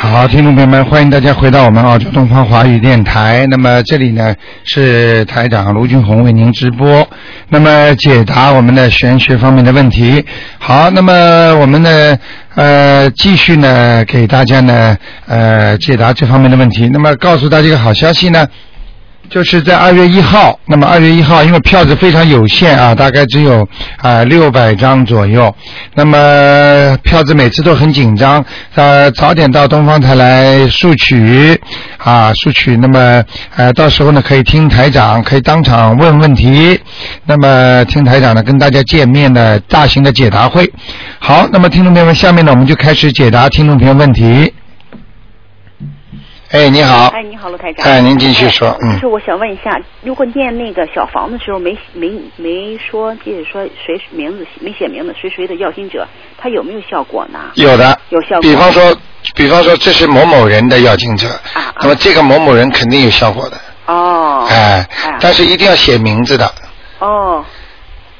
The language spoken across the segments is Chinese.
好，听众朋友们，欢迎大家回到我们澳洲东方华语电台。那么这里呢是台长卢俊宏为您直播，那么解答我们的玄学方面的问题。好，那么我们呢呃继续呢给大家呢呃解答这方面的问题。那么告诉大家一个好消息呢，就是在二月一号，那么二月一号，因为票子非常有限啊，大概只有啊六百张左右。那么票子每次都很紧张，呃，早点到东方台来索取啊，索取。那么呃，到时候呢可以听台长，可以当场问问题。那么听台长呢跟大家见面的大型的解答会。好，那么听众朋友们，下面呢我们就开始解答听众朋友问题。哎，你好。哎，你好，卢台长。哎，您继续说，哎嗯就是我想问一下，如果念那个小房子的时候没没没说，即使说谁名字没写名字，谁谁的要经者，他有没有效果呢？有的，有效果。比方说，比方说这是某某人的要经者，那么这个某某人肯定有效果的，啊哦哎，但是一定要写名字的，哦，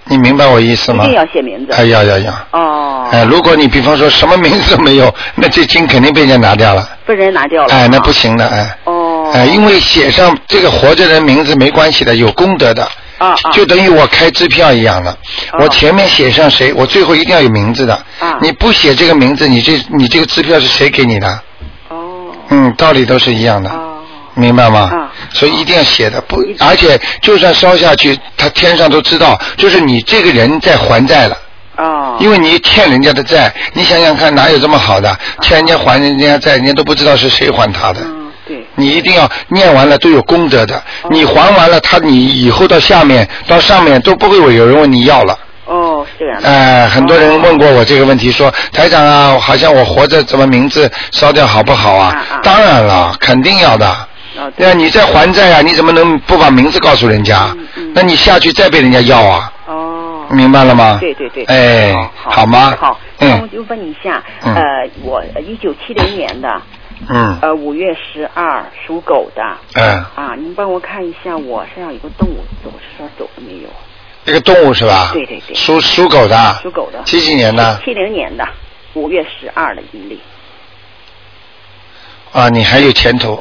你明白我意思一吗定？要写名字。哎，要要要，哦，哎，如果你比方说什么名字都没有， 那这经肯定被人家拿掉了，被人拿掉了。哎，那不行的，哎，哦，哎，因为写上这个活着人名字没关系的，有功德的。啊啊就等于我开支票一样的，我前面写上谁，我最后一定要有名字的。啊你不写这个名字，你这你这个支票是谁给你的？哦嗯，道理都是一样的，哦明白吗？啊所以一定要写的不，而且就算烧下去，他天上都知道，就是你这个人在还债了。哦，因为你欠人家的债，你想想看，哪有这么好的？欠人家还人家债，人家都不知道是谁还他的。嗯对，你一定要念完了都有功德的，你还完了他，你以后到下面到上面都不会有人问你要了。哦是这样的。哎，很多人问过我这个问题，说台长啊，好像我活着怎么名字烧掉好不好啊？当然了，肯定要的。哦对啊，你在还债啊，你怎么能不把名字告诉人家？嗯那你下去再被人家要啊？哦，明白了吗？对对对。哎好，好吗？好，那我嗯就问你一下，嗯呃，我一九七零年的，嗯呃，五月十二属狗的。嗯，啊，您帮我看一下我身上有个动物走说走了没有？这个动物是吧？对对对属属狗的。属狗的。几几年的？七零年的，五月十二的阴历。啊，你还有前途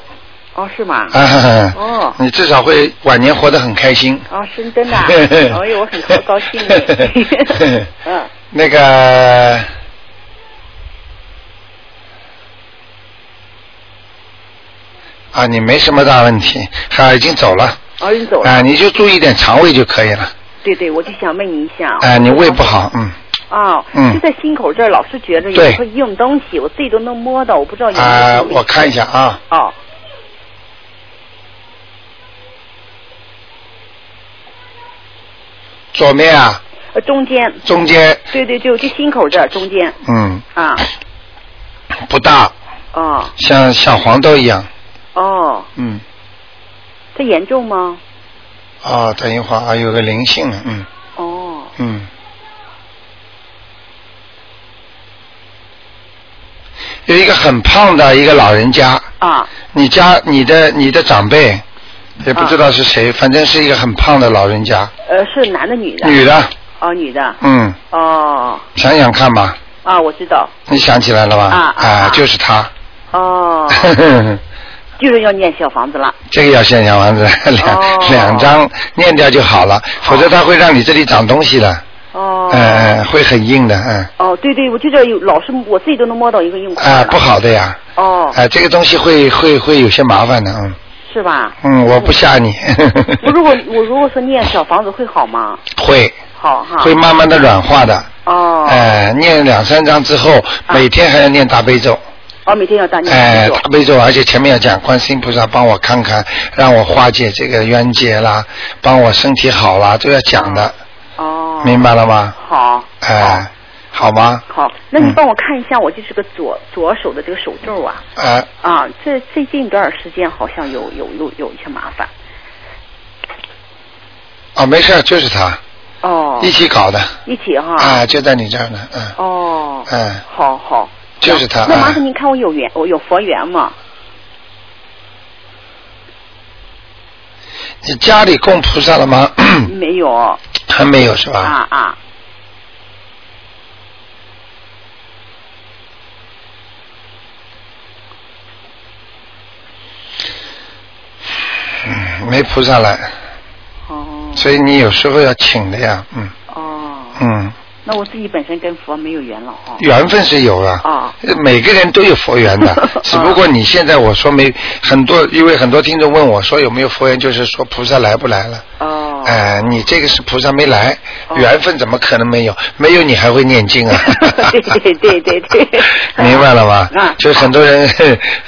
哦，是吗？啊！哈哈哦 你至少会晚年活得很开心。哦，是 真的啊。哎呦，我很高高兴呢。 嗯，那个，啊，你没什么大问题，哈、已经走了，哦，人走了。啊，你就注意点肠胃就可以了，对对，我就想问你一下。啊，你胃不好，嗯，啊，嗯就在心口这儿，老是觉着有对一个硬东西，我自己都能摸到，我不知道有没有啊，这个我看一下啊，哦，左面啊，呃中间，中间，对对对，就心口这儿中间嗯，啊，不大，哦像像黄豆一样，哦，嗯，这严重吗？哦，等一会儿啊，有个灵性了，嗯哦，嗯，有一个很胖的一个老人家，啊，你家你的你的长辈，也不知道是谁，反正是一个很胖的老人家，呃，啊是男的女的？女的，哦，女的。嗯，哦，想想看吧，啊，我知道。你想起来了吧？啊啊啊就是他， 哦，就是要念小房子了。这个要先讲完子，两、哦两张念掉就好了，否则他会让你这里长东西的，哦。嗯、嗯，会很硬的，嗯，哦，对对，我就这有，老是我自己都能摸到一个硬块啊、了不。好的呀，哦啊、，这个东西会会会有些麻烦的，嗯 是吧？嗯，我不吓你，我如果我如果说念小房子会好吗？ 会好哈。会。慢慢的软化的，啊哦。啊哎、念两三章之后，每天还要念大悲咒，哦，每天要大念哎、小大房子。悲咒，而且前面要讲观世音菩萨帮我看看，让我化解这个冤结啦，帮我身体好啦，都要讲的，哦。明白了吗？好。哎、好吗？好，那你嗯帮我看一下我就是个左左手的这个手肘啊哎、啊，这最近一段时间好像有有有有一些麻烦哦，没事儿，就是他哦，一起搞的，一起哈啊、就在你这儿呢，嗯、哦，嗯、好好，就是他，那麻烦嗯您看我有缘，我有佛缘吗？你家里供菩萨了吗？没有啊还没有是吧？啊嗯没菩萨来，哦所以你有时候要请的呀，嗯哦，嗯，那我自己本身跟佛没有缘了哈。缘分是有了。啊，每个人都有佛缘的 只不过你现在我说没很多，因为很多听众问我说有没有佛缘，就是说菩萨来不来了。哦。哎、你这个是菩萨没来，哦？缘分怎么可能没有？没有你还会念经啊 对 对对对对 明白了吧？嗯就很多 人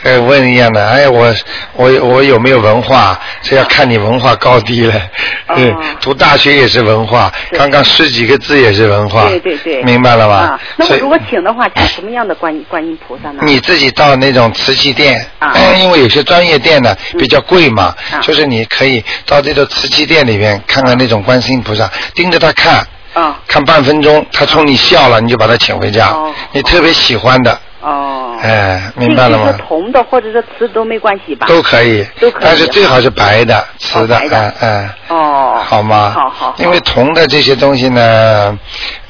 呃问一样的，哎，我我我有没有文化？这要看你文化高低了。啊哦嗯，读大学也是文化，对刚刚识几个字也是文化。 对对对。明白了吧啊？，那所我以如果请的话，请什么样的观观音菩萨呢？你自己到那种瓷器店，啊 因为有些专业店呢嗯比较贵嘛，啊就是你可以到这个瓷器店里面看看那种观世音菩萨，盯着他看，啊看半分钟，他冲你笑了，你就把他请回家，哦你特别喜欢的，哦。哎，明白了这吗个？铜的或者是瓷的都没关系吧？都可以，都可以啊哦但是最好是白的、瓷白的嗯嗯。哦。好吗？好好好因为铜的这些东西呢，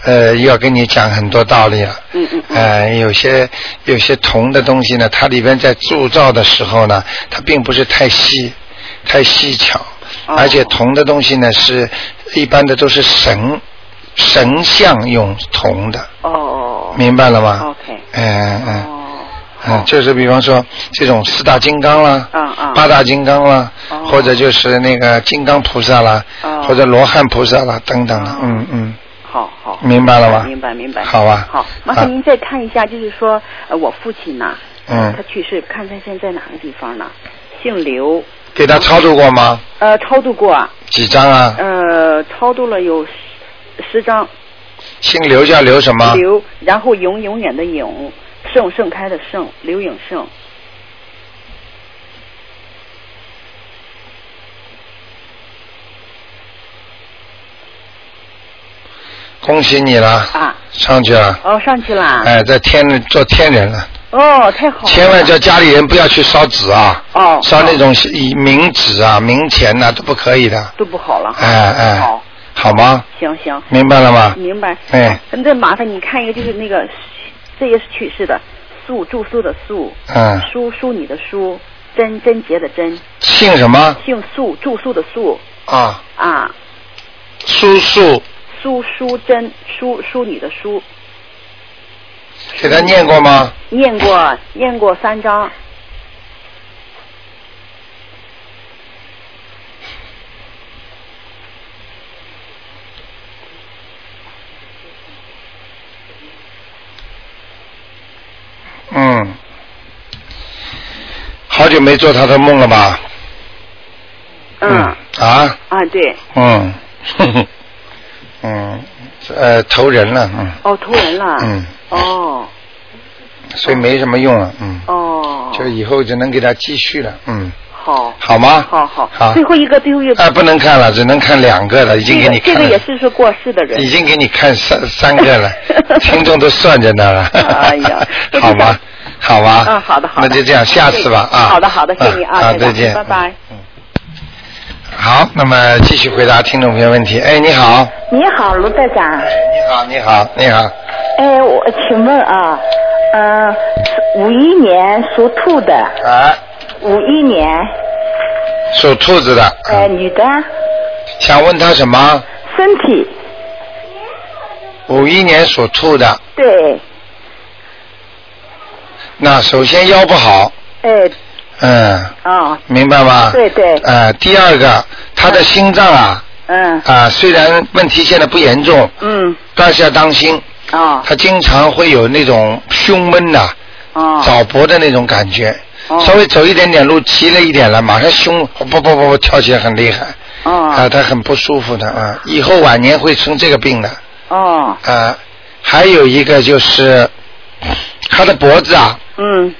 呃，要跟你讲很多道理了。嗯嗯嗯呃，有些有些铜的东西呢，它里边在铸造的时候呢，它并不是太细、太细巧，哦而且铜的东西呢是一般的都是神神像用铜的，哦。明白了吗？ OK。嗯嗯。哦。嗯，就是比方说这种四大金刚啦，嗯嗯八大金刚啦，哦或者就是那个金刚菩萨啦，哦或者罗汉菩萨啦等等的，嗯嗯，好好。明白了吗？明白明白。好吧。好，麻啊烦您再看一下，就是说，呃，我父亲呐，嗯他去世，看他现在哪个地方呢？姓刘，给他操作过吗？呃，超度过，几张啊？呃，超度了有十十张姓刘叫刘什么？刘，然后永永远的永，盛盛开的盛，刘永盛。恭喜你了，啊上去了，哦，上去啦！哎，在天做天人了，哦，太好了！千万叫家里人不要去烧纸啊，哦，烧那哦种以冥纸啊、冥钱呐、都不可以的，都不好了哈。哎哎好，好吗？行行，明白了吗？明白。哎，哦嗯，再麻烦你看一个，就是那个，这也是去世的，宿住宿的宿，嗯，淑淑女的淑，贞贞洁的贞，姓什么？姓宿住宿的宿啊，啊，叔叔，苏淑贞，淑淑女的淑，给他念过吗？念过念过三章。嗯，好久没做他的梦了吧？嗯啊，啊，对，嗯， 哼哼，嗯，呃，投人了，嗯，哦，投人了。嗯。哦所以没什么用了，嗯，哦。就以后只能给他继续了，嗯，好。好吗？好好好最后一个，最后一个。啊，不能看了，只能看两个了，已经给你这看个了，这个也是说过世的人。已经给你看三三个 了，听众都算着呢了，哎 呀好吗？好吧，嗯，好的好的。那就这样，下次吧啊。好的好的，谢谢你啊，啊，台长再见，嗯拜拜。。好，那么继续回答听众朋友问题。哎，你好，你好，卢台长。哎，你好，你好，你好，哎，我请问啊，呃，五一年属兔的，啊，五一年，属兔子的，哎呃，女的，想问他什么？身体，五一年属兔的，对，那首先腰不好，哎，嗯，哦，明白吗？对对呃，第二个，他的心脏啊嗯啊、虽然问题现在不严重，嗯，但是要当心，哦他经常会有那种胸闷呐、哦，早搏的那种感觉。哦稍微走一点点路，急了一点了，马上胸不不不不跳起来很厉害，啊、哦他很不舒服的啊、以后晚年会生这个病的啊、啊哦，还有一个就是他的脖子啊，嗯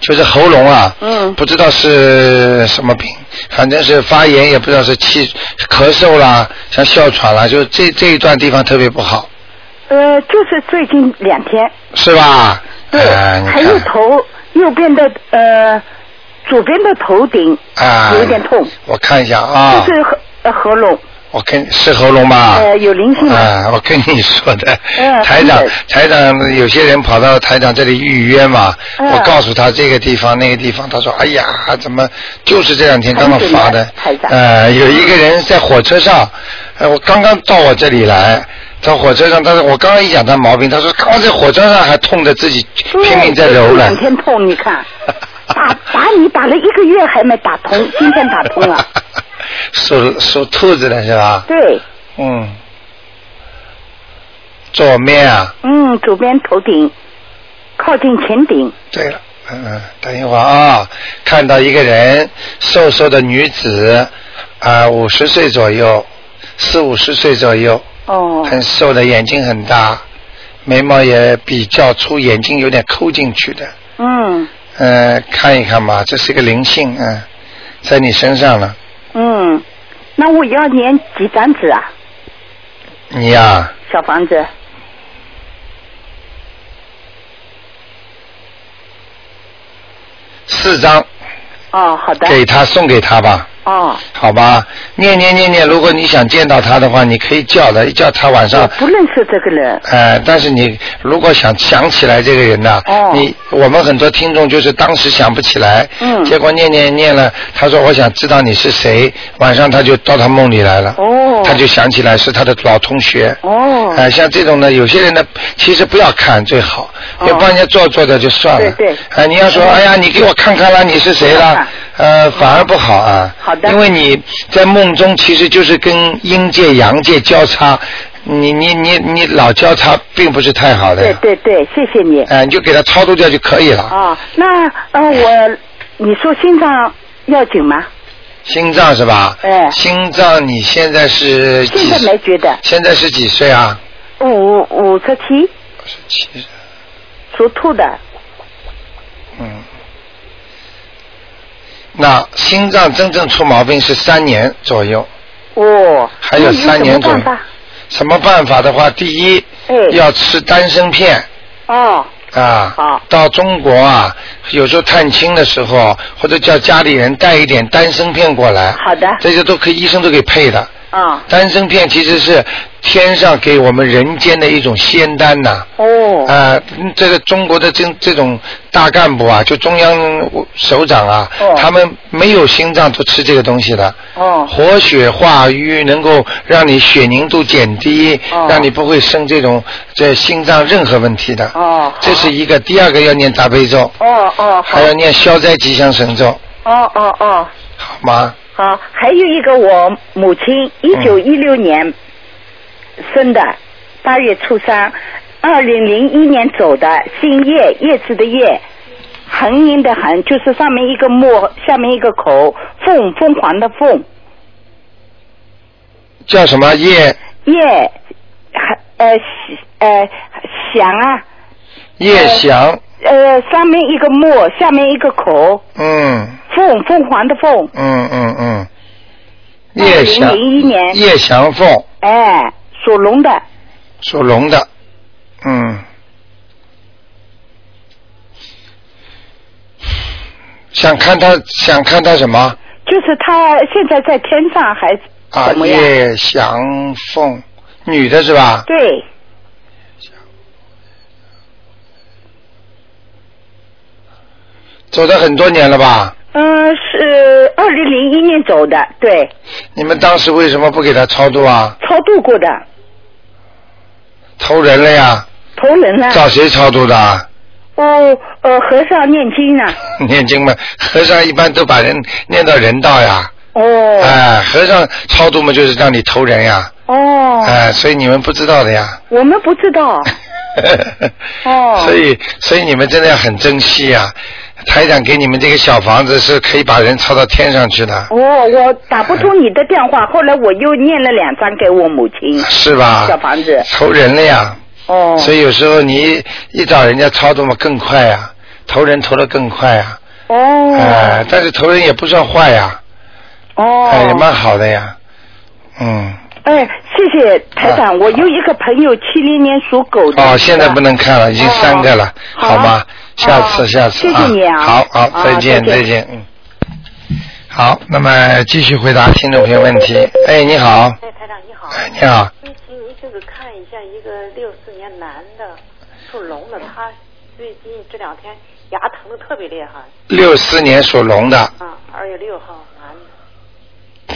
就是喉咙啊，嗯不知道是什么病，反正是发炎，也不知道是气咳嗽啦，像哮喘啦，就这这一段地方特别不好，呃，就是最近两天，是吧？对，哎你还有看头右边的呃，左边的头顶啊，有一点痛，我看一下啊，就是喉呃喉咙，我跟是喉咙吧？呃，有灵性吗？啊，我跟你说的，嗯台长是的，台长，有些人跑到台长这里预约嘛，嗯我告诉他这个地方那个地方，他说，哎呀，怎么就是这两天刚刚发的很准的台？长呃，有一个人在火车上，呃，我刚刚到我这里来。到火车上，他说我刚刚一讲他毛病，他说刚刚在火车上还痛得自己拼命在揉这呢两。天痛，你看，打打你打了一个月还没打通，今天打 通了。属属兔子的是吧？对，嗯。左面啊。嗯，左边头顶，靠近前顶，对了，嗯，嗯，等一会儿啊，看到一个人，瘦瘦的女子，啊、5五十岁左右，四五十岁左右，哦，很瘦的，眼睛很大，眉毛也比较粗，眼睛有点抠进去的，嗯呃，看一看吧，这是个灵性，嗯、在你身上了，嗯，那我要念几张纸啊？你呀、小房子，四张哦，好的，给他送给他吧。哦，好吧，念念念念，如果你想见到他的话，你可以叫的，一叫他晚上我不认识这个人，呃，但是你如果想想起来这个人呐、哦你我们很多听众就是当时想不起来，嗯结果念念念了，他说我想知道你是谁，晚上他就到他梦里来了，哦，他就想起来是他的老同学。哦，哎、像这种呢，有些人呢，其实不要看最好，哦要帮人家做做的就算了。对对嗯哎、你要说，哎呀，你给我看看啦，你是谁不要啦看？呃，反而不好啊。好的因为你在梦中其实就是跟阴界、阳界交叉，你你你你老交叉，并不是太好的。对对对，谢谢你。哎、你就给他超度掉就可以了。啊，那呃，我你说心脏要紧吗？心脏是吧？哎心脏，你现在是几？现在没觉得。现在是几岁啊？五五十七，七十。属兔的。嗯，那心脏真正出毛病是三年左右，哦，还有三年左右那有什么办法？什么办法的话，第一、哎，要吃丹参片哦，啊。好到中国啊，有时候探亲的时候，或者叫家里人带一点丹参片过来。好的这些都可以，医生都给配的。啊，丹参片其实是天上给我们人间的一种仙丹呐、哦，啊、嗯这个中国的这这种大干部啊，就中央首长啊，哦他们没有心脏都吃这个东西的。哦，活血化瘀，能够让你血凝度减低，哦让你不会生这种这心脏任何问题的。哦，这是一个，第二个要念大悲咒，哦哦，好还，要念消灾吉祥神咒，哦哦哦，好吗？好，啊还有一个我母亲嗯一九一六年生的，八月初三，二零零一年走的，姓叶，叶子的叶，横音的横，就是上面一个木，下面一个口，凤凤凰的凤，叫什么叶叶，还呃喜呃祥啊，叶哦翔？呃上面一个木，下面一个口，嗯凤凤凰的凤，嗯嗯哦嗯，叶翔二零零一年，叶翔凤哎，属龙的，属龙的，嗯，想看他想看他什么？就是他现在在天上还是啊，怎么样？叶翔凤，女的是吧？对，走了很多年了吧？嗯，是二零零一年走的，对，你们当时为什么不给他超度啊？超度过的，投人了呀？投人了。找谁超度的啊？ 哦，呃，和尚念经啊呢。念经嘛，和尚一般都把人念到人道呀。哦，哎，和尚超度嘛，就是让你投人呀。哦，哎，所以你们不知道的 呀。我们不 知道。哦所以，所以你们真的要很珍惜呀。台长给你们这个小房子是可以把人超到天上去的，哦，我打不通你的电 话，后来我又念了两张给我母亲。是吧？小房子投人了呀。哦，所以有时候你一一找人家超度嘛更快呀，投人投的更快呀。哦，哎，但是投人也不算坏呀，哦，哎，也蛮好的呀。嗯，哎，谢谢台啊长。我有一个朋友，七零年属狗的。哦，现在不能看了，已经三个了，哦好吧？下次，哦下次谢谢你啊好好，啊再见，再再见见，嗯。好，那么继续回答听众朋友问题。哎，你好，对，台你啊？嗯，就是看一下一个六四年男的属龙的，他最近这两天牙疼的特别厉害六四年属龙的，啊，二月六号男的，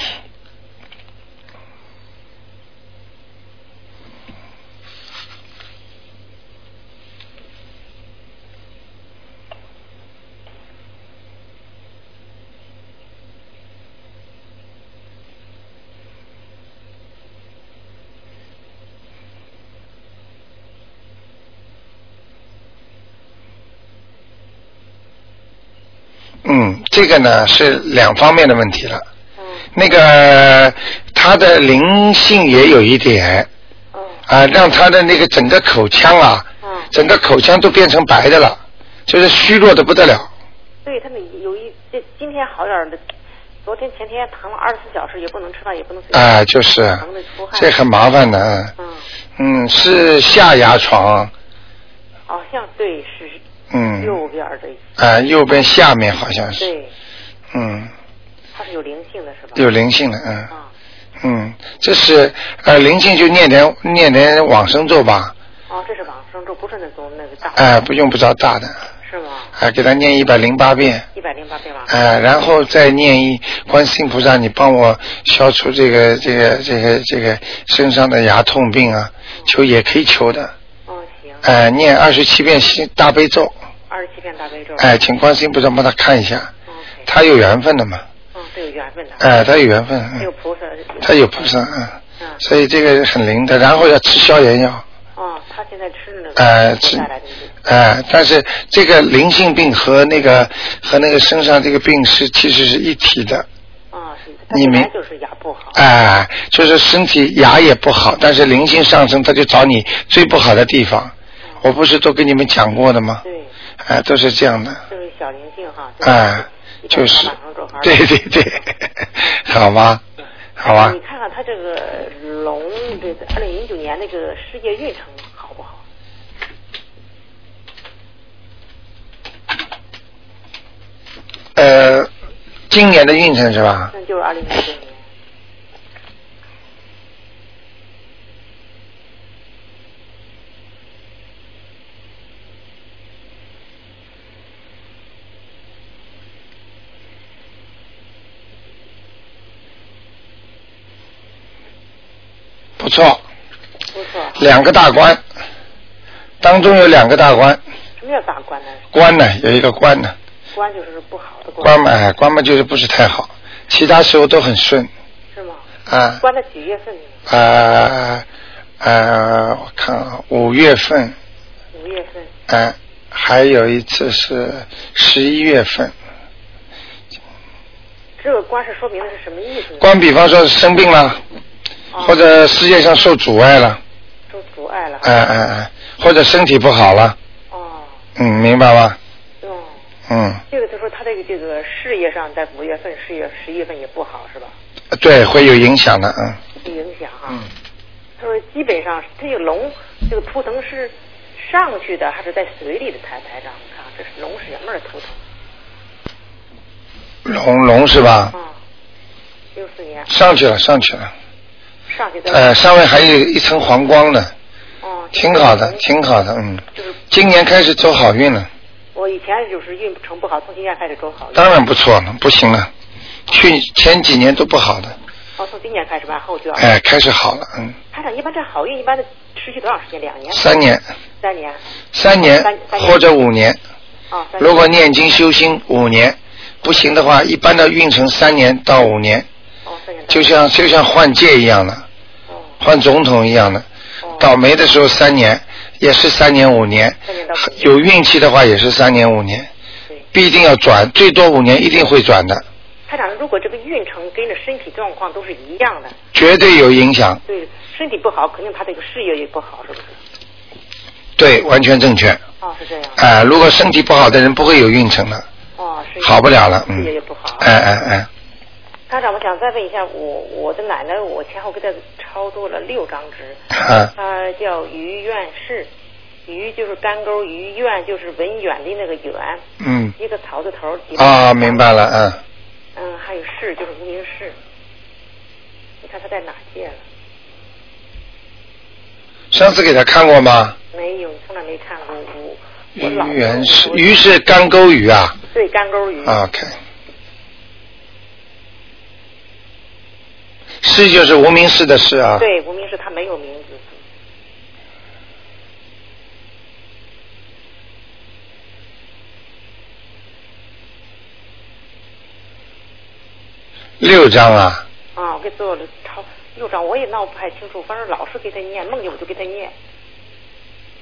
嗯，这个呢是两方面的问题了。嗯那个他的灵性也有一点嗯啊，让他的那个整个口腔啊，嗯，整个口腔都变成白的了，就是虚弱的不得了。对他们有一这今天好点儿了，昨天前天疼了二十四小时，也不能吃饭，也不能睡觉，啊，就是疼的出汗，这很麻烦的。嗯嗯，嗯，是下牙床，好像对是嗯，右边儿这，啊，右边下面好像是，对，嗯，他是有灵性的是吧？有灵性的，嗯啊嗯，这是呃灵性就念点念点往生咒吧，哦，这是往生咒，不是那种那个大，哎、不用不着大的，是吗？哎、给他念一百零八遍，一百零八遍往生。哎、然后再念一观世音菩萨，你帮我消除这个这个这个这个身上的牙痛病啊，求也可以求的，嗯，行，哎、念二十七遍心大悲咒，二十七遍大悲咒。哦哎、请观世音菩萨帮他看一下， OK，他有缘分的嘛。嗯，这有缘分的，哎，他有缘分，这有嗯，菩萨，他有菩萨，嗯，嗯，所以这个很灵的。然后要吃消炎药，哦，他现在吃那个哎，菩吃萨来的那个，哎，但是这个灵性病和那个和那个身上这个病是其实是一体的，啊，是，他你本没来就是牙不好，哎，就是身体牙也不好，但是灵性上升，他就找你最不好的地方。我不是都跟你们讲过的吗？嗯对，哎，都是这样的，就是小灵性哈，哎，就是往生咒，还对对对，好吧，好吧你，看看他这个龙，这个二零零九年那个事业运程好不好？呃，今年的运程是吧？那就是二零零九年，不错，不错哈。两个大关，当中有两个大关，什么叫大官呢？关呢有一个关呢，官就是不好的官，关嘛哎关嘛就是不是太好，其他时候都很顺是吗？啊关到几月份呢？啊啊！我看啊，五月份，五月份。嗯、还有一次是十一月份。这个官是说明的是什么意思呢？关比方说生病了，啊或者事业上受阻碍了，受阻碍了。哎哎哎，或者身体不好了，哦，嗯，明白吗？嗯，嗯，这个就说他这个这个事业上，在五月份、事业、十一月份也不好，是吧？对，会有影响的，嗯。有影响哈。嗯。他说基本上这个龙，这个图腾是上去的还是在水里的台台上？我看看啊这是龙是什么样的图腾？龙龙是吧？啊、六四年上去了，上去了。上去的。呃，上面还有一层黄光呢，哦，挺好的，挺好的，嗯。就是今年开始走好运了，我以前就是运程不好，从今年开始走好运。当然不错了，不行了。去前几年都不好的，哦，从今年开始吧，后就要。哎、开始好了，嗯，台长，一般这好运一般的持续多长时间？两年、三年，三年？三年三三年或者五年，啊，三年。如果念经修心五年，不行的话，一般的运程三年到五年，哦，三年。就像就像换届一样的，哦换总统一样的，哦。倒霉的时候三年，也是三年五年三年到五，年有运气的话也是三年五年对，必定要转，最多五年一定会转的，台长，如果这个运程跟着身体状况都是一样的，绝对有影响，对身体不好，肯定他这个事业也不好，是不是？对，完全正确。哦，是这样。啊、如果身体不好的人不会有运程的，哦，是。好不了了，嗯事业也不好。，哎哎哎，台长，我想再问一下，我我的奶奶，我前后给她超度了六张纸，啊，她叫于院士，于就是干沟，于院就是文远的那个远，嗯，一个草字头。几个啊，明白了，嗯、嗯，还有市就是无名市，你看他在哪界了？上次给他看过吗？没有，从来没看过。我我老鱼圆是我鱼是干沟鱼啊对干沟鱼。 ，OK。是就是无名氏的氏啊，对，无名氏他没有名字。六张啊，啊，我给做了超六张，我也闹不太清楚，反正老是给他念，梦见我就给他念，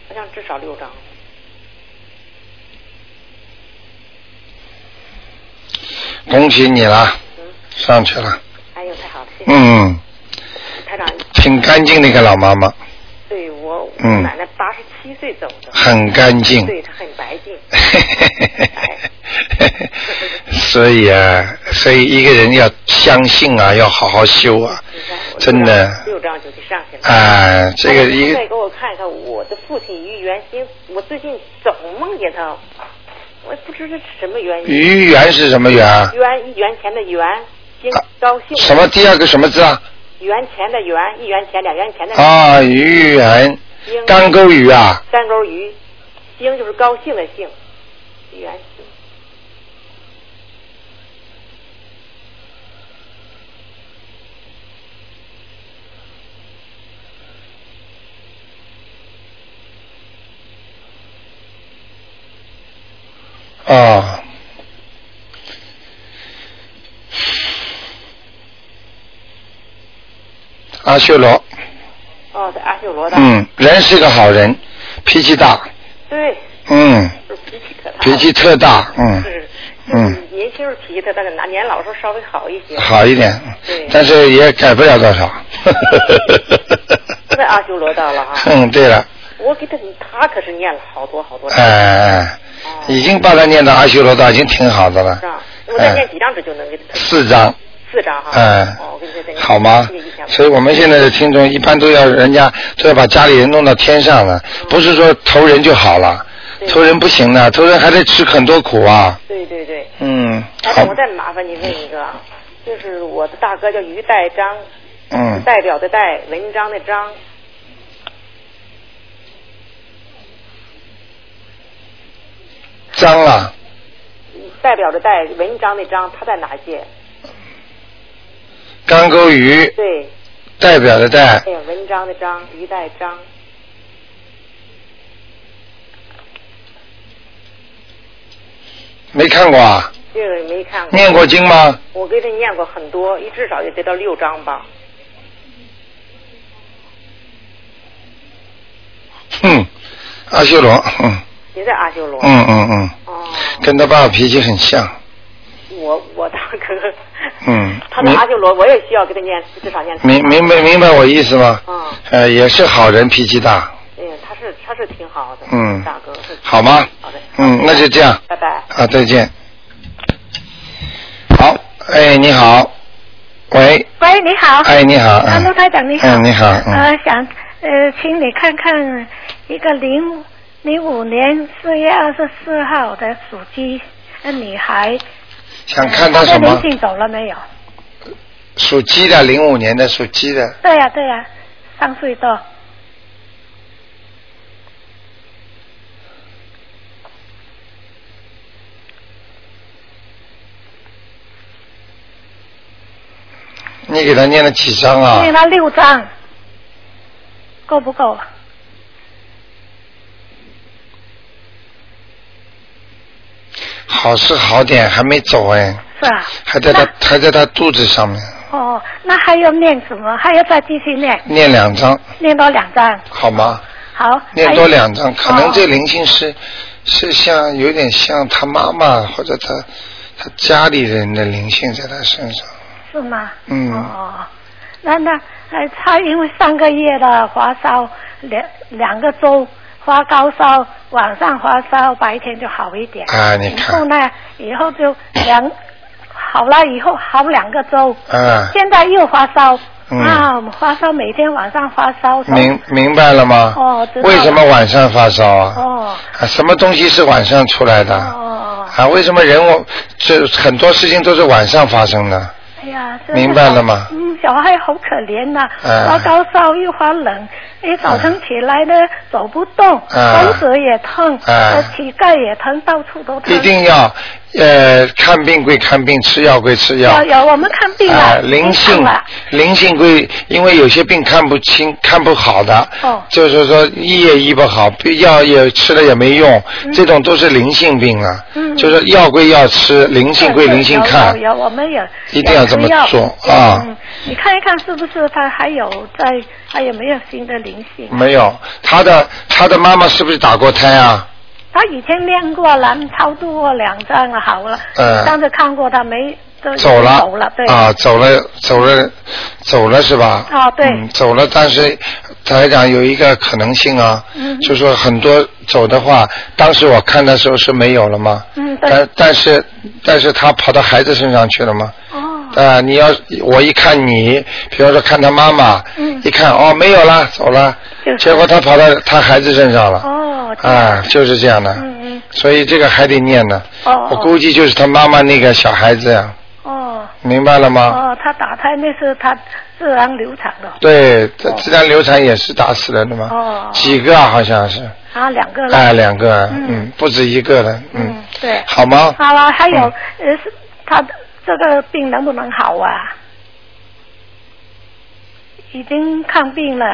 好像至少六张。恭喜你了，嗯，上去了，哎呦，太好了，谢谢、嗯，台长。挺干净的一个老妈妈，对我，我嗯奶奶八十七岁走的，很干净，对她很白净。 哎 所以啊，所以一个人要相信啊，要好好修啊，你看，我真的六张就给上去了。啊，这个一你再个给我看看我的父亲于元兴，我最近总梦见他，我也不知道是什么原因。鱼圆是什么圆啊？元一元钱的元，兴啊高兴。什么？第二个什么字啊？元钱的元，一元钱两元钱的啊，鱼圆，兴。干沟鱼啊，干沟鱼，兴就是高兴的兴，于元兴。啊。阿修罗，哦，在阿修罗道。嗯，人是个好人，脾气大，对，嗯，是脾气可大。脾气特大，嗯，是，嗯，年轻时候脾气他，但是拿年老时候稍微好一些。好一点嗯对，但是也改不了多少。不在阿修罗道了哈 嗯，对了，我给他，他可是念了好多好多章。哎、哎哦哎，已经把他念到阿修罗道，已经挺好的了是。吧？我哎再念几张纸就能给 他四张，四张哈。哎哦我给他再，念好吗谢谢一下？所以我们现在的听众一般都要人家都要把家里人弄到天上了，不是说投人就好了，对投人不行的，投人还得吃很多苦啊。对对对，嗯，哎好我，再麻烦你问一个啊，就是我的大哥叫于代章，嗯，代表的代，文章的章，脏了，代表着代，文章的章，他在哪届？干沟鱼对，代表的代哎，呀，文章的章，于代章，没看过啊？这个没看过。念过经吗？我给他念过很多，一至少也得到六章吧。哼，阿修罗，嗯也在阿修罗。嗯嗯嗯，哦，跟他爸爸脾气很像。我我大哥。嗯 他在明阿修罗，我也需要给他念，至少念。明明白明白我意思吗？嗯呃，也是好人，脾气大，哎呀，他是他是挺好的，嗯大哥是挺好吗？好的，嗯，那就这样拜拜。啊，再见。好，哎，你好，喂，喂，你好。哎，你好，啊，嗯陆台长你好。嗯，你好，嗯，呃，想呃，请你看看一个零零五年四月二十四号的属鸡的女孩。想呃看他她什的么灵？性走了没有？属鸡的，零五年的属鸡的，对呀、对呀、上岁多。啊你给他念了几张啊念？了六张，够不够？好是好点，还没走哎，是啊。还在他还在他肚子上面，那哦，那还要念什么？还要再继续念，念两张念多两张。好吗？好。念多两张，还可能这哦灵性是、是像有点像他妈妈或者他他家里人的灵性在他身上。是吗？嗯哦，那那呃，他因为上个月的发烧两两个周发高烧，晚上发烧，白天就好一点。啊你然后看呢，以后就两好了以后好两个周，啊，现在又发烧。嗯啊，我们发烧每天晚上发烧。明明白了吗？哦知道了为什么晚上发烧啊？哦啊，什么东西是晚上出来的？哦哦哦啊，为什么人我这很多事情都是晚上发生的？哎呀，真的明白了吗嗯，小孩好可怜呐、哎发高烧又发冷，一早晨起来啊呢、走不动，哎手指也痛，哎呃膝盖也疼，到处都疼。一定要，呃，看病归看病，吃药归吃药有。有，我们看病啊、了，灵看性了，灵性归，因为有些病看不清、看不好的，哦就是说医也医不好，药也吃了也没用，这种都是灵性病了。嗯就是药归药吃，灵性归灵性看有。有有，我们有一定要这么做啊嗯，你看一看是不是他还有在，还有没有新的灵性？没有，他的他的妈妈是不是打过胎啊？他以前练过了，超度过两张了，好了，嗯上次看过他没都走了，走了，对，啊，走了，走了，走了是吧？啊对嗯，走了，但是台长有一个可能性啊，嗯就说很多走的话，当时我看的时候是没有了嘛，嗯对，但但是但是他跑到孩子身上去了嘛。哦，啊、你要我一看你，比方说看他妈妈，嗯一看哦没有了，走了，就是结果他跑到他孩子身上了，哦，这样啊，就是这样的，嗯嗯，所以这个还得念呢，哦我估计就是他妈妈那个小孩子呀、哦明白了吗？哦，他打胎那是他自然流产的，对，这自然流产也是打死人的嘛，哦几个啊好像是，啊，两个了，哎，两个啊，嗯嗯，不止一个了，嗯嗯，对好吗？好了，还有嗯呃，是他这个病能不能好啊？已经看病了，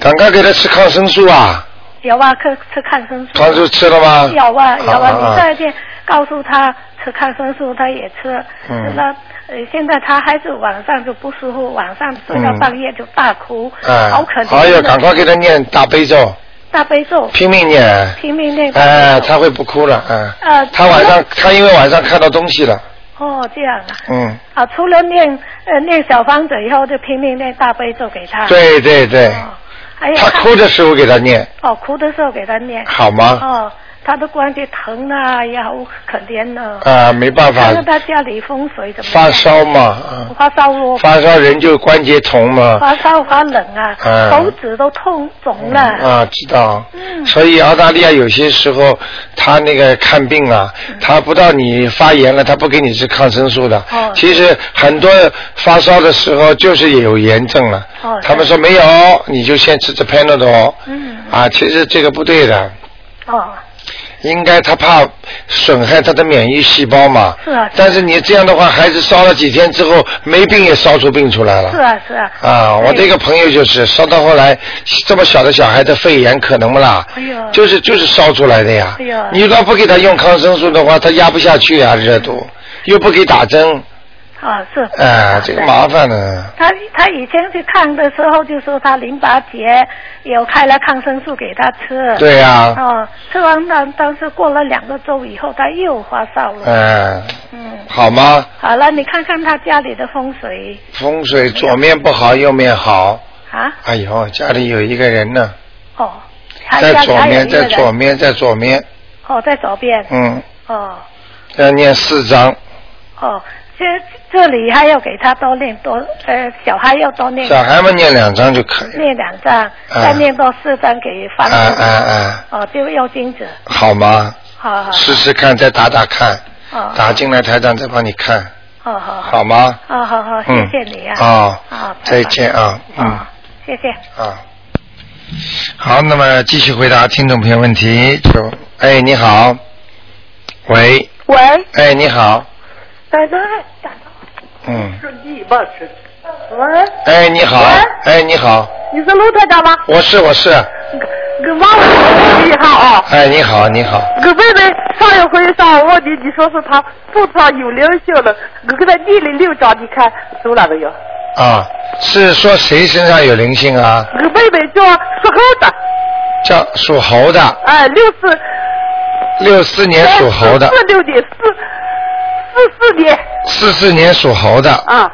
赶快给他吃抗生素啊！有啊，吃吃抗生素。抗生素吃了吗？有啊有啊，啊你再见，告诉他吃抗生素，他也吃。嗯那呃，现在他还是晚上就不舒服，晚上睡到嗯半夜就大哭，哎，好可怜。啊哎呀，赶快给他念大悲咒，大悲咒，拼命念。拼命念。哎，他会不哭了，哎。呃他晚上，他因为晚上看到东西了，哦，这样啊。嗯，啊，除了念呃念小方子以后，就拼命念大悲咒给他。对对对，啊哦。还有他哭的时候给他念，哦，哭的时候给他念。好吗？哦，他的关节疼啊，也好可怜呢、啊，没办看法看，他家里风水怎么样？发烧嘛，啊。发烧咯，发烧人就关节痛嘛。发烧发冷啊，嗯手指都痛肿了。啊，知道。嗯所以澳大利亚有些时候，他那个看病啊，嗯他不到你发炎了，他不给你吃抗生素的。哦其实很多发烧的时候就是有炎症了。哦他们说没有，你就先吃这 Panadol。嗯啊，其实这个不对的，哦，应该他怕损害他的免疫细胞嘛。是啊但是你这样的话，孩子烧了几天之后，没病也烧出病出来了。是啊是啊。啊，我哎这个朋友就是烧到后来，这么小的小孩的肺炎可能不啦？哎呦就是就是烧出来的呀。哎呦你如果不给他用抗生素的话，他压不下去啊，热度，又不给打针，啊是。啊，这个麻烦啊呢。他他以前去看的时候就说他淋巴结，有开了抗生素给他吃。。对呀、哦，吃完但但是过了两个周以后，他又发烧了。嗯，嗯，好吗？好了，你看看他家里的风水风哎水左面不好，右面好。啊，哎呦，家里有一个人呢，哦，他在家里左还有面，一个在人左面，在左面，哦，在左边，嗯，哦要念四张，哦，这这里还要给他多念多，呃，小孩要多念小孩们念两张就可以了。念两张，再念多四张给啊房子，啊啊，哦，就要金子，好吗？好好试试看，再打打看，哦打进来台长再帮你看，好好好，好吗？哦好好，谢嗯谢你啊，哦啊，再见啊，嗯啊，谢谢。啊。好，那么继续回答听众朋友问题。就，哎，你好，喂，喂，哎，你好，奶奶，打嗯，是你吧？是。喂，哎，你好喂，哎，你好，你是卢台长吗？我是我是，给忘了你好啊！哎，你好，你好，我妹妹上一回上我问你，你说是她肚子上有灵性了，我给她念了六张，你看走了没有？啊，是说谁身上有灵性啊？我妹妹叫属猴的，叫属猴的，哎，六四六四年属猴的，四六年四四四年四四年属猴的，啊，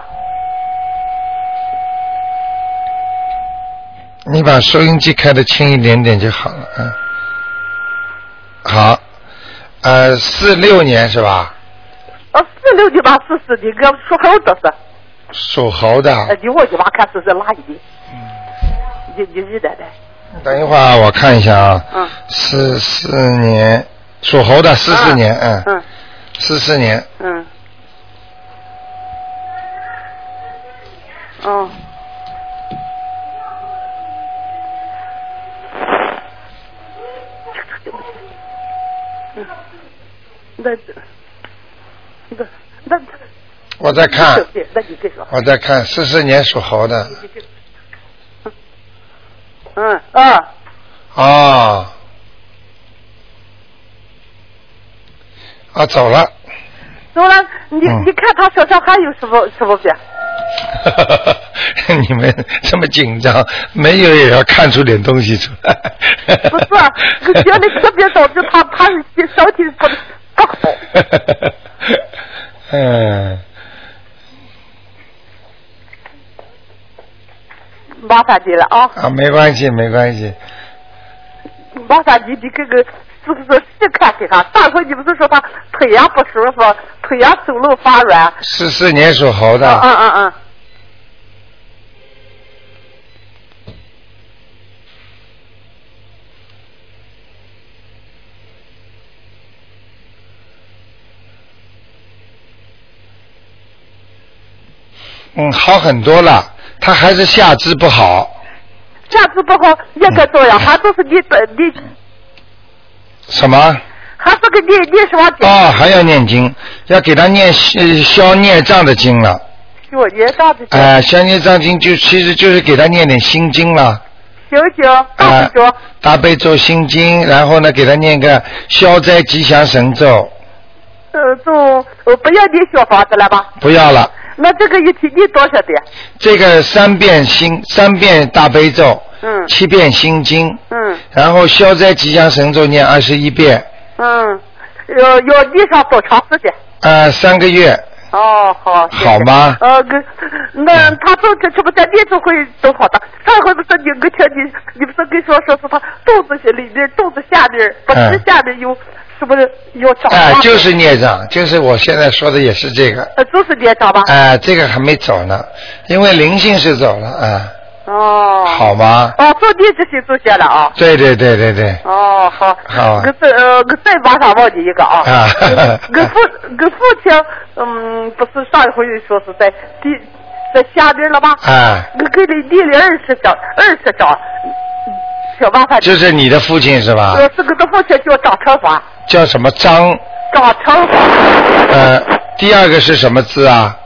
你把收音机开的轻一点点就好了，嗯。好，呃，四六年是吧？哦，四六年吧，四四年，我属猴的是，属猴的。哎你我你妈看是是哪一年？你你你奶奶，等一会儿啊我看一下啊。嗯。四四年属猴的，四四年，嗯，啊嗯四四年，嗯，嗯。嗯，那那那我在看，对，那你再说。我在看，四四年属猴的，嗯啊，哦，啊，走了，走了，你嗯你看他手上还有什么什么 病？你们这么紧张，没有也要看出点东西出来。 不是，我觉得特别导致他他是身体不不好。 嗯，麻烦你了啊，啊，没关系，没关系，麻烦你你这个是不是细看给他？当时你不是说他腿呀不舒服，腿呀走路发软？四四年属猴的，嗯嗯嗯。嗯，好很多了，他还是下肢不好，下次不好也该做呀，还都是你的你，什么？还是个你你说的，哦，还要念经，要给他念呃消孽障的经了。给我年大的哎、消孽障经就其实就是给他念点心经了，行行，大不中，大悲咒心经，然后呢给他念个消灾吉祥神咒，呃，就我不要你小房子了吧？不要了。那这个一天你多少的？这个三遍心三遍大悲咒，嗯七遍心经，嗯然后消灾吉祥神咒念二十一遍，嗯，要要你上多长时间？呃，三个月哦，好。谢谢好吗？呃，跟那他做这这不在念就会都好的。上回不是你我听你，你不是跟说说是他肚子里面肚子下面，不是嗯下面有什么有长哎、疤？就是孽障，就是我现在说的也是这个，呃，就是脸长吧？哎、这个还没走呢，因为灵性是走了，啊、哦。。好吗？哦，做地这些做些了啊。对对对对对，哦，好。好我再呃，我再马上问你一个啊。 啊我父我父亲，嗯，不是上一回说是在地在下边了吧？啊，我给你念了二十张，二十张，小麻烦。就是你的父亲是吧我？是我的父亲叫张成华，叫什么张？张成华，呃，第二个是什么字啊？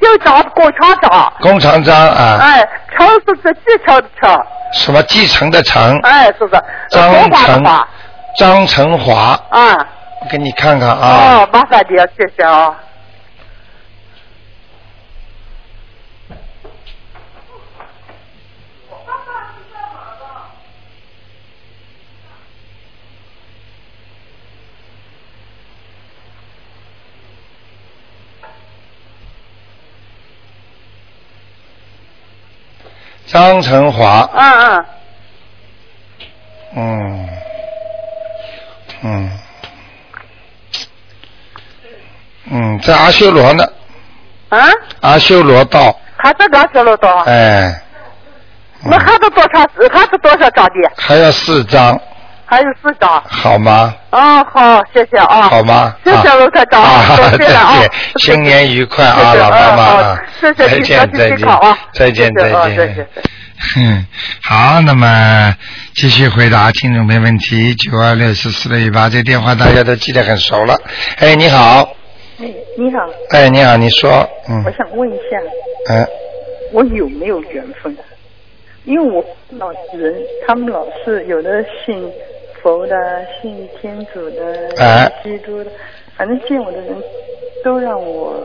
姓张，工厂张，弓长张啊？哎，成是这继承的成，什么继承的承？哎，是不是？张成华的成华，张成华，啊，我给你看看啊。哦，麻烦你，谢谢啊。张成华，嗯嗯，嗯，嗯，嗯，在阿修罗呢，啊，阿修罗道，还是刚学了多少？哎，嗯啊那还是多长时？还是多少张的？还要四张，还有四张。好吗？哦，好，谢谢啊。哎好吗？谢谢啊卢科长啊多再谢了啊 见，新年愉快啊，谢谢老妈妈啊啊好，谢谢再你见身体再健康见啊，再见谢谢啊再再见见。嗯，好，那么继续回答听众没问题，九二六四四六一八，这电话大家都记得很熟了。哎，你好，哎，你好，哎，你好，你说，嗯我想问一下，嗯，我有没有缘分？因为我老人他们老是有的信佛的、信天主的、哎信基督的，反正见我的人都让我，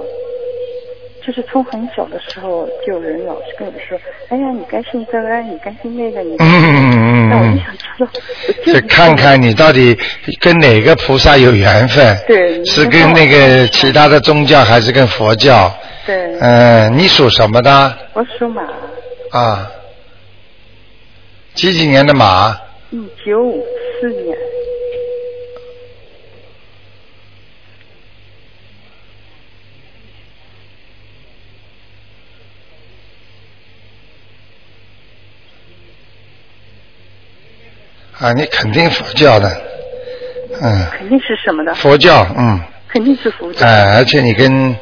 就是从很小的时候就有人老是跟我说，哎呀，你该信这个，哎你该信那个，你嗯。嗯嗯那我就嗯想知道，我就就是看看你到底跟哪个菩萨有缘分，对是跟那个其他的宗教还是跟佛教？对，嗯，你属什么的？我属马，啊，几几年的马？一九五四年，啊，你肯定佛教的，嗯，肯定是什么的？佛教，嗯，肯定是佛教。哎、而且你跟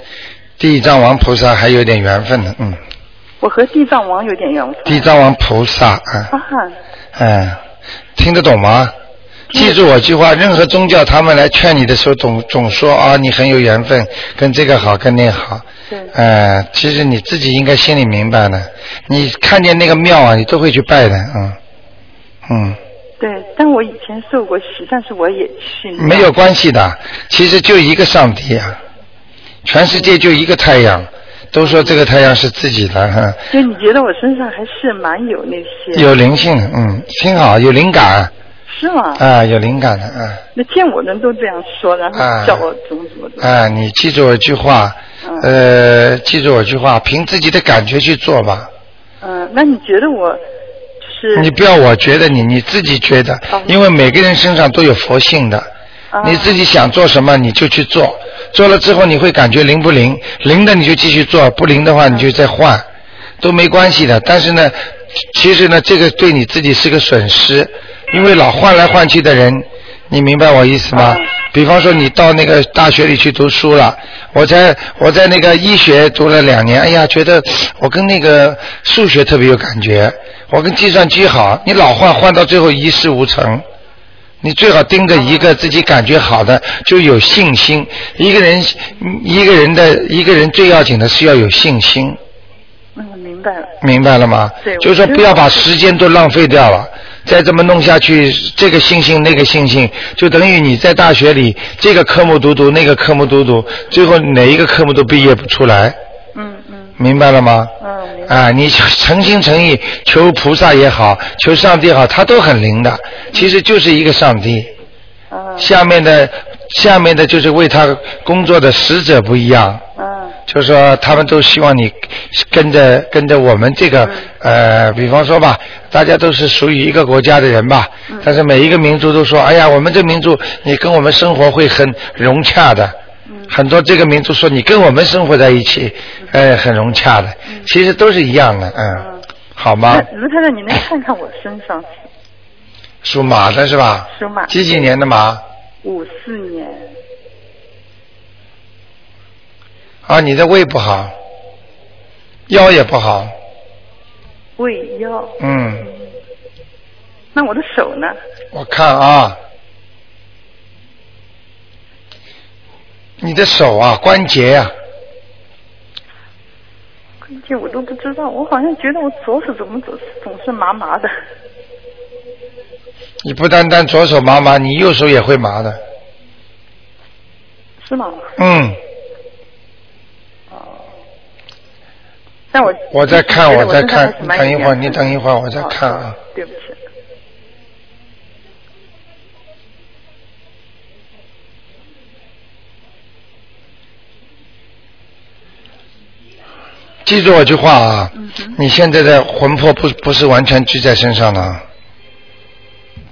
地藏王菩萨还有点缘分呢，嗯，我和地藏王有点缘分。地藏王菩萨啊，啊，嗯，听得懂吗？记住我句话，任何宗教他们来劝你的时候，总总说啊，你很有缘分，跟这个好，跟那个好。对，呃，其实你自己应该心里明白的，你看见那个庙啊，你都会去拜的，嗯，嗯。对，但我以前受过洗，但是我也去。没有。关系的，其实就一个上帝啊，全世界就一个太阳，都说这个太阳是自己的哈，就你觉得我身上还是蛮有那些。有灵性的，嗯，挺好，有灵感是吗？啊，有灵感的啊那见我人都这样说，然后啊叫我怎么怎么怎么。啊，你记住我一句话，呃，记住我一句话，凭自己的感觉去做吧，嗯，那你觉得我就是？你不要我觉得你，你自己觉得哦，因为每个人身上都有佛性的，啊你自己想做什么你就去做，做了之后你会感觉灵不灵，灵的你就继续做，不灵的话你就再换，都没关系的。但是呢，其实呢，这个对你自己是个损失，因为老换来换去的人，你明白我意思嗯吗？比方说你到那个大学里去读书了，我在我在那个医学读了两年，哎呀，觉得我跟那个数学特别有感觉，我跟计算机好，你老换换到最后一事无成。你最好盯着一个自己感觉好的，就有信心。一个人，一个人的一个人最要紧的是要有信心，嗯，明白了。明白了吗对？就是说我知道不要把时间都浪费掉了，再这么弄下去，这个信心那个信心，就等于你在大学里这个科目读读，那个科目读读，最后哪一个科目都毕业不出来，嗯嗯明白了吗？嗯，明白。啊，你诚心诚意求菩萨也好，求上帝也好，他都很灵的，其实就是一个上帝。嗯下面的下面的就是为他工作的使者不一样，嗯就是说他们都希望你跟着跟着我们这个嗯呃，比方说吧，大家都是属于一个国家的人吧，嗯但是每一个民族都说，哎呀，我们这民族你跟我们生活会很融洽的。嗯很多这个民族说你跟我们生活在一起，哎，很融洽的，其实都是一样的，嗯嗯，好吗那？卢太太，你能看看我身上属马的是吧？属马几几年的马？五四年啊，你的胃不好，腰也不好，胃腰？嗯，那我的手呢？我看啊，你的手啊，关节啊，关键我都不知道，我好像觉得我左手怎么总总是麻麻的。你不单单左手麻麻，你右手也会麻的，是吗？嗯，但我我再看，觉得我我再身上看还是，蛮等一有会儿，缘你分等一会儿，我再好看啊好，哦对不起，记住我句话啊，嗯你现在的魂魄不不是完全聚在身上的啊，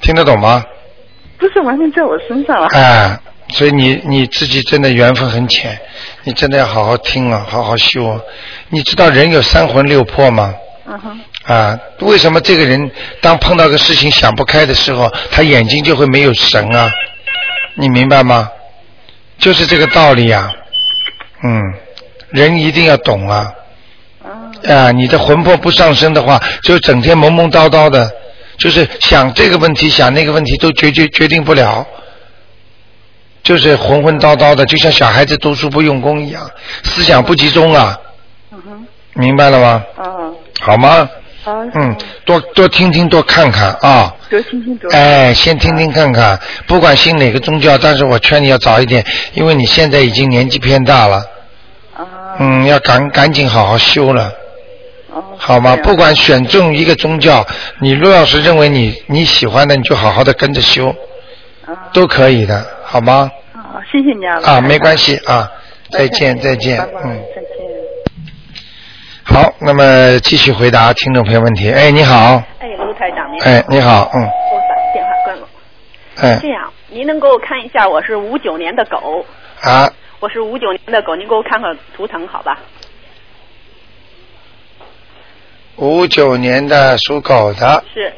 听得懂吗？不是完全在我身上啊。哎，所以你你自己真的缘分很浅，你真的要好好听啊，好好修啊。你知道人有三魂六魄吗？嗯哼，啊，为什么这个人当碰到个事情想不开的时候，他眼睛就会没有神啊？你明白吗？就是这个道理啊。嗯，人一定要懂啊。啊，你的魂魄不上升的话，就整天懵懵叨叨的，就是想这个问题想那个问题都决决决定不了，就是浑浑叨叨的，就像小孩子读书不用功一样，思想不集中啊。嗯哼，明白了吗？啊，好吗？好，嗯，多多听听，多看看啊。多听听多。哎，先听听看看，不管信哪个宗教，但是我劝你要早一点，因为你现在已经年纪偏大了，啊，嗯，要赶赶紧好好修了，哦，好吗？这样不管选中一个宗教，你陆老师认为你你喜欢的，你就好好的跟着修，啊，都可以的，好吗？啊，谢谢你啊，啊，没关系，系啊，再见再见拜，拜，嗯，再见。好，那么继续回答听众朋友问题。哎，你好，哎，卢台长，您好，哎，你好，嗯，我把电话关了。哎这，样，您能给我看一下，我是五九年的狗，啊，我是五九年的狗，您给我看看图腾好吧？五九年的属狗的，是，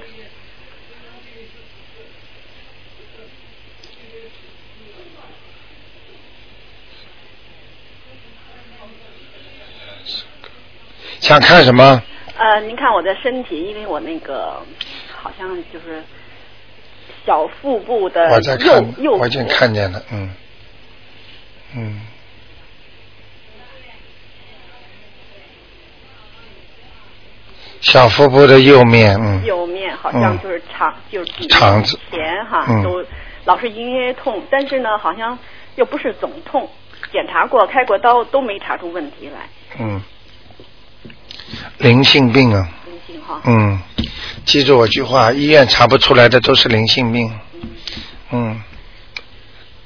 想想看什么？呃，您看我的身体，因为我那个好像就是小腹部的我在呃右看，右我已经部看见了，嗯，嗯。小腹部的右面，嗯，右面好像嗯就是肠，就是底肠子前哈、嗯都老是隐隐约约痛，但是呢，好像又不是总痛，检查过、开过刀都没查出问题来，嗯，灵性病啊，真心哈。嗯，记住我句话，医院查不出来的都是灵性病，嗯，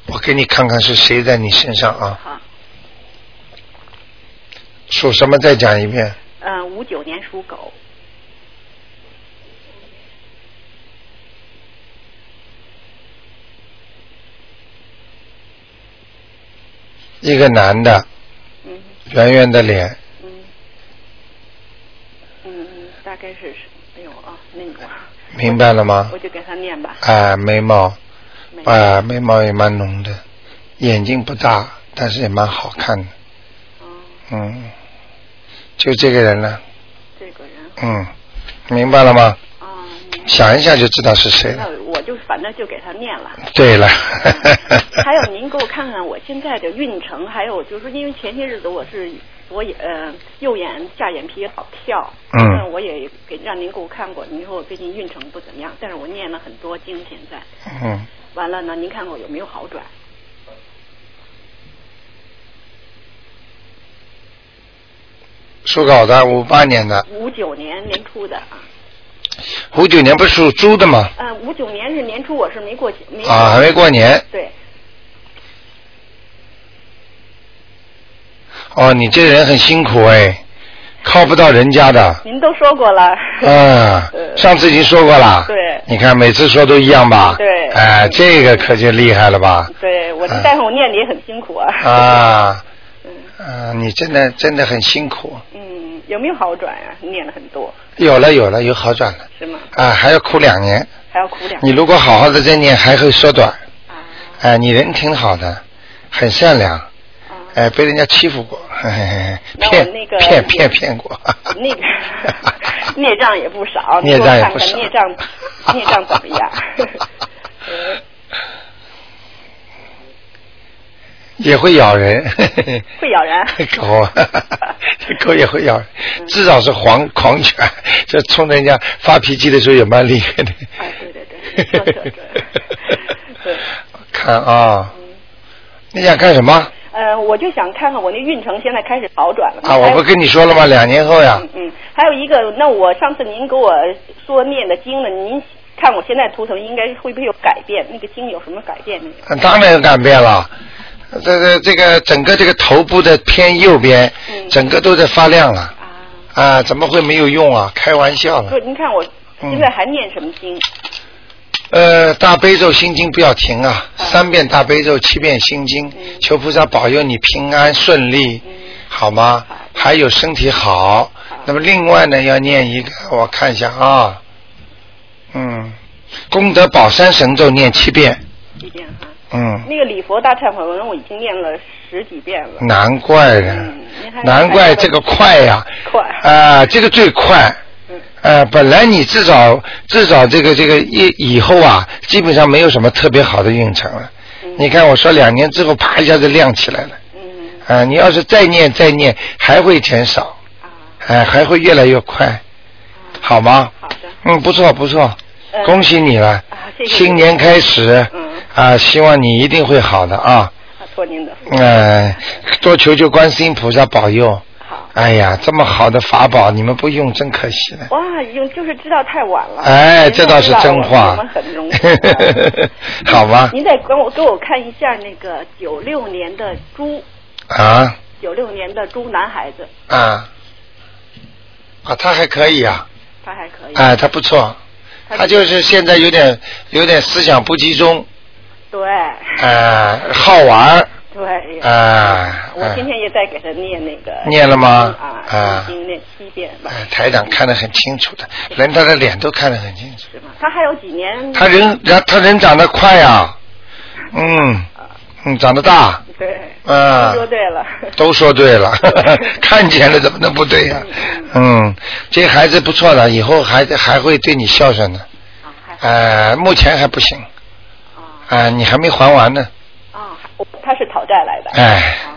我给你看看是谁在你身上啊，好，属什么再讲一遍，呃，五九年属狗，一个男的，嗯圆圆的脸，嗯嗯，嗯大概是是，哎呦啊，那个明白了吗？我就给他念吧。啊，眉毛，没啊，眉毛也蛮浓的，眼睛不大，但是也蛮好看的，嗯，嗯，就这个人了，这个人嗯，明白了吗？啊，你想一下就知道是谁了。那我就反正就给他念 了。对了，嗯还有您给我看看我现在的运程，还有就是因为前些日子我是左眼呃右眼下眼皮老跳，嗯但我也给让您给我看过，您说我最近运程不怎么样，但是我念了很多经，现在嗯，完了呢，您看我有没有好转？属狗的，五八年的，五九年年初的啊，五九年不是属猪的吗？呃，五九年是年初，我是没过没啊，还没过年。对，哦，你这人很辛苦哎，靠不到人家的。 您都说过了，嗯，上次已经说过了。对你看每次说都一样吧？对哎，这个可就厉害了吧？对我这嗯但是我念的也很辛苦啊，啊，嗯嗯、你真的真的很辛苦。 嗯，有没有好转啊？念了很多有了有了，有好转了。是吗？啊，还要哭两年。还要苦两你如果好好的再念，还会缩短。啊哎，你人挺好的，很善良。啊。哎，被人家欺负过，嘿嘿嘿那我骗那个骗骗骗过。那 个 孽障也不少，孽障也不你少。给我看看孽障孽障怎么样？ 呃 也会咬人。 会咬人 嗯狗啊，狗也会咬人，至少是狂狂犬，就冲人家发脾气的时候也蛮厉害的。哎对对对说 得准对看啊，你想干什么呃，我就想看看我那运程现在开始好转了吗啊？我不跟你说了吗？两年后呀嗯，嗯，还有一个，那我上次您给我说念的经呢，您看我现在图腾应该会不会有改变？那个经有什么改变没有？当然有改变了。这个这个整个这个头部的偏右边，嗯整个都在发亮了啊，啊！怎么会没有用啊？开玩笑了嗯不。，您看我现在还念什么经？呃，大悲咒心经不要停啊，嗯三遍大悲咒，七遍心经，求菩萨保佑你平安顺利，嗯好吗？还有身体好。那么另外呢，要念一个，我看一下啊，嗯，功德宝山神咒念七遍，几遍哈？嗯，那个礼佛大忏悔文我已经念了十几遍了。难怪了嗯，您还难怪这个快呀、快啊，这个最快。嗯呃，本来你至少至少这个这个以以后啊，基本上没有什么特别好的运程了。你看我说两年之后，啪一下子亮起来了。嗯啊、你要是再念再念，还会减少，啊，哎、还会越来越快，好吗？好的。嗯，不错不错，呃恭喜你了。啊谢谢新年开始，嗯啊，希望你一定会好的啊。啊托您的福。哎，多求求观世音菩萨保佑。好。哎呀，这么好的法宝，你们不用真可惜了。哇，已经就是知道太晚了。哎，您这倒是知道真话。我们很荣幸。啊 好吧？您再跟我给我看一下那个九六年的猪，啊九六年的猪男孩子，啊啊，他还可以啊，他还可以。哎，他不错，他就是现在有点有点思想不集中，对哎，好玩儿，对。哎，我今天也在给他念那个。念了吗啊啊，已经念七遍吧，哎台长看得很清楚的，连他的脸都看得很清楚。是吗？他还有几年？他人，他他人长得快啊，嗯，嗯，长得大，对。啊说对了，都说对 了，看见了怎么能不对呀、嗯，这孩子不错的，以后还还会对你孝顺的。哦呃，目前还不行。啊、你还没还完呢，我他是讨债来的。哎。哦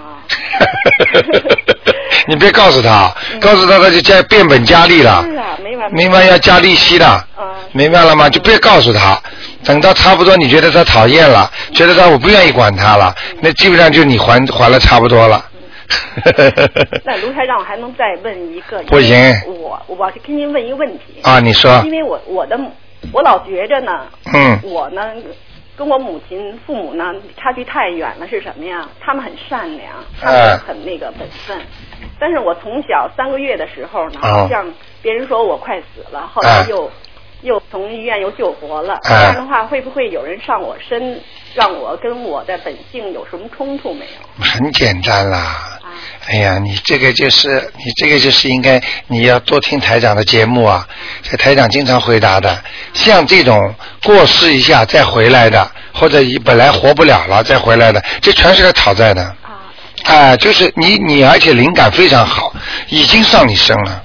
你别告诉他，嗯告诉他他就加变本加厉了，是啊，没完明白要加利息的，嗯明白了吗？就别告诉他，等到差不多你觉得他讨厌了，觉得他我不愿意管他了，那基本上就你还还了差不多了。那卢台长，我还能再问一个？不行我我跟您问一个问题。 啊你说因为我我的母我老觉着呢，嗯我呢跟我母亲父母呢差距太远了，是什么呀？他们很善良，啊他们很那个本分。但是我从小三个月的时候呢，哦像别人说我快死了，后哎来又、又从医院又救活了。这样的话，会不会有人上我身，让我跟我的本性有什么冲突没有？很简单啊啦。哎呀，你这个就是你这个就是应该你要多听台长的节目啊，这台长经常回答的。像这种过世一下再回来的，或者本来活不了了再回来的，这全是个讨债的。啊，就是你你而且灵感非常好，已经上你身了。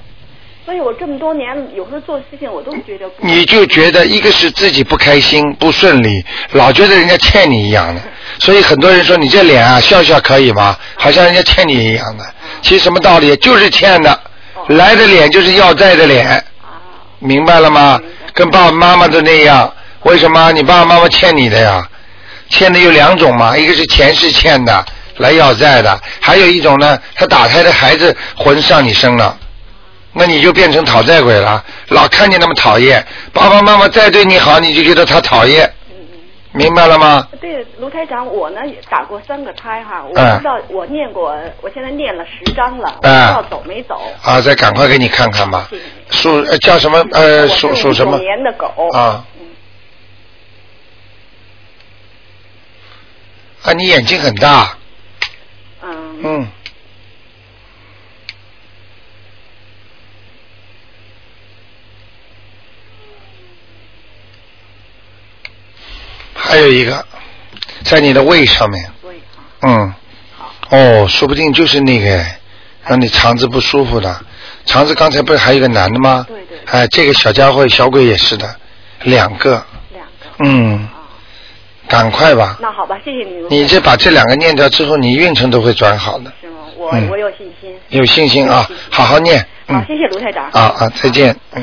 所以我这么多年有时候做事情，我都觉得不你就觉得一个是自己不开心不顺利，老觉得人家欠你一样的，所以很多人说你这脸啊笑笑可以吗？好像人家欠你一样的，其实什么道理？就是欠的，来的脸就是要债的脸，啊明白了吗？跟爸爸妈妈都那样，为什么你爸爸妈妈欠你的呀？欠的有两种嘛，一个是前世欠的来要债的，还有一种呢，他打胎的孩子魂上你身了。那你就变成讨债鬼了，老看见他们讨厌，爸爸妈妈再对你好，你就觉得他讨厌，明白了吗？对，卢台长，我呢也打过三个胎哈，我嗯不知道、我念过，我现在念了十章了，我不嗯知道走没走。啊，再赶快给你看看吧，属呃叫什么？呃，属我是属什么五？年的狗。嗯啊。啊，你眼睛很大。嗯。嗯。还有一个，在你的胃上面。嗯。哦，说不定就是那个，让你肠子不舒服的。肠子刚才不是还有一个男的吗？对对。哎，这个小家伙小鬼也是的，两个。两个。嗯。赶快吧，那好吧，谢谢你。你这把这两个念掉之后，你运程都会转好的，我嗯我有信心。有信心啊！好好念，嗯好，。谢谢卢台长。啊啊，再见，嗯。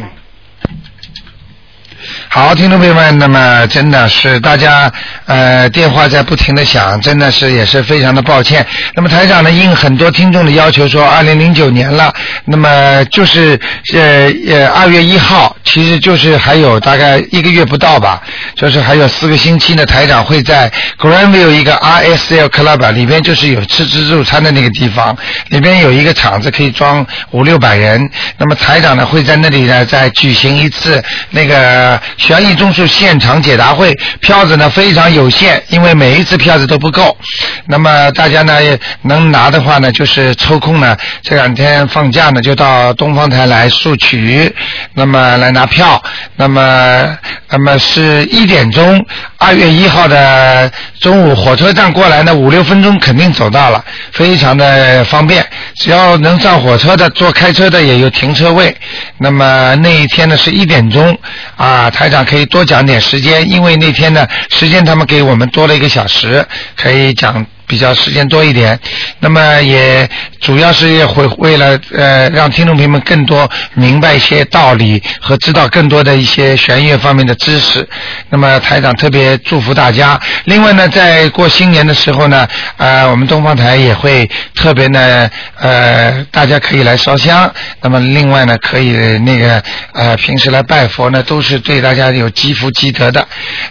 好，听众朋友们，那么真的是大家呃电话在不停的响，真的是也是非常的抱歉。那么台长呢应很多听众的要求说，二零零九年了，那么就是呃呃二月一号，其实就是还有大概一个月不到吧，就是还有四个星期呢，台长会在 Grandview 一个 RSL Club 啊里边就是有吃自助餐的那个地方，里边有一个场子可以装五六百人，那么台长呢会在那里呢再举行一次那个悬疑综述现场解答会，票子呢非常有限，因为每一次票子都不够。那么大家呢也能拿的话呢，就是抽空呢这两天放假呢就到东方台来索取，那么来拿票。那么那么是一点钟，二月一号的中午火车站过来呢，五六分钟肯定走到了，非常的方便。只要能上火车的，坐开车的也有停车位。那么那一天呢是一点钟啊，台长可以多讲点时间，因为那天呢时间他们给我们多了一个小时，可以讲比较时间多一点。那么也主要是会为了呃让听众朋友们更多明白一些道理和知道更多的一些弦乐方面的知识。那么台长特别祝福大家。另外呢，在过新年的时候呢，呃，我们东方台也会特别呢呃，大家可以来烧香。那么另外呢，可以那个呃平时来拜佛呢，都是对大家有积福积德的。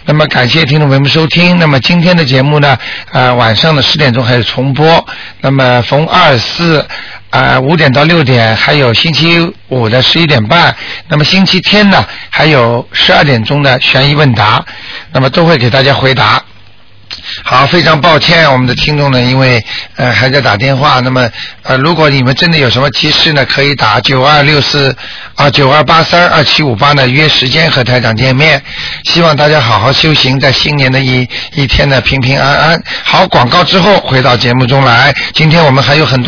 那么感谢听众朋友们收听。那么今天的节目呢，呃，晚上的十点钟还有重播。那么逢二四。啊、五点到六点，还有星期五的十一点半，那么星期天呢，还有十二点钟的悬疑问答，那么都会给大家回答。好，非常抱歉，我们的听众呢，因为呃还在打电话，那么呃，如果你们真的有什么提示呢，可以打九二六四啊九二八三二七五八呢，约时间和台长见面。希望大家好好修行，在新年的一一天呢，平平安安。好，广告之后回到节目中来，今天我们还有很多。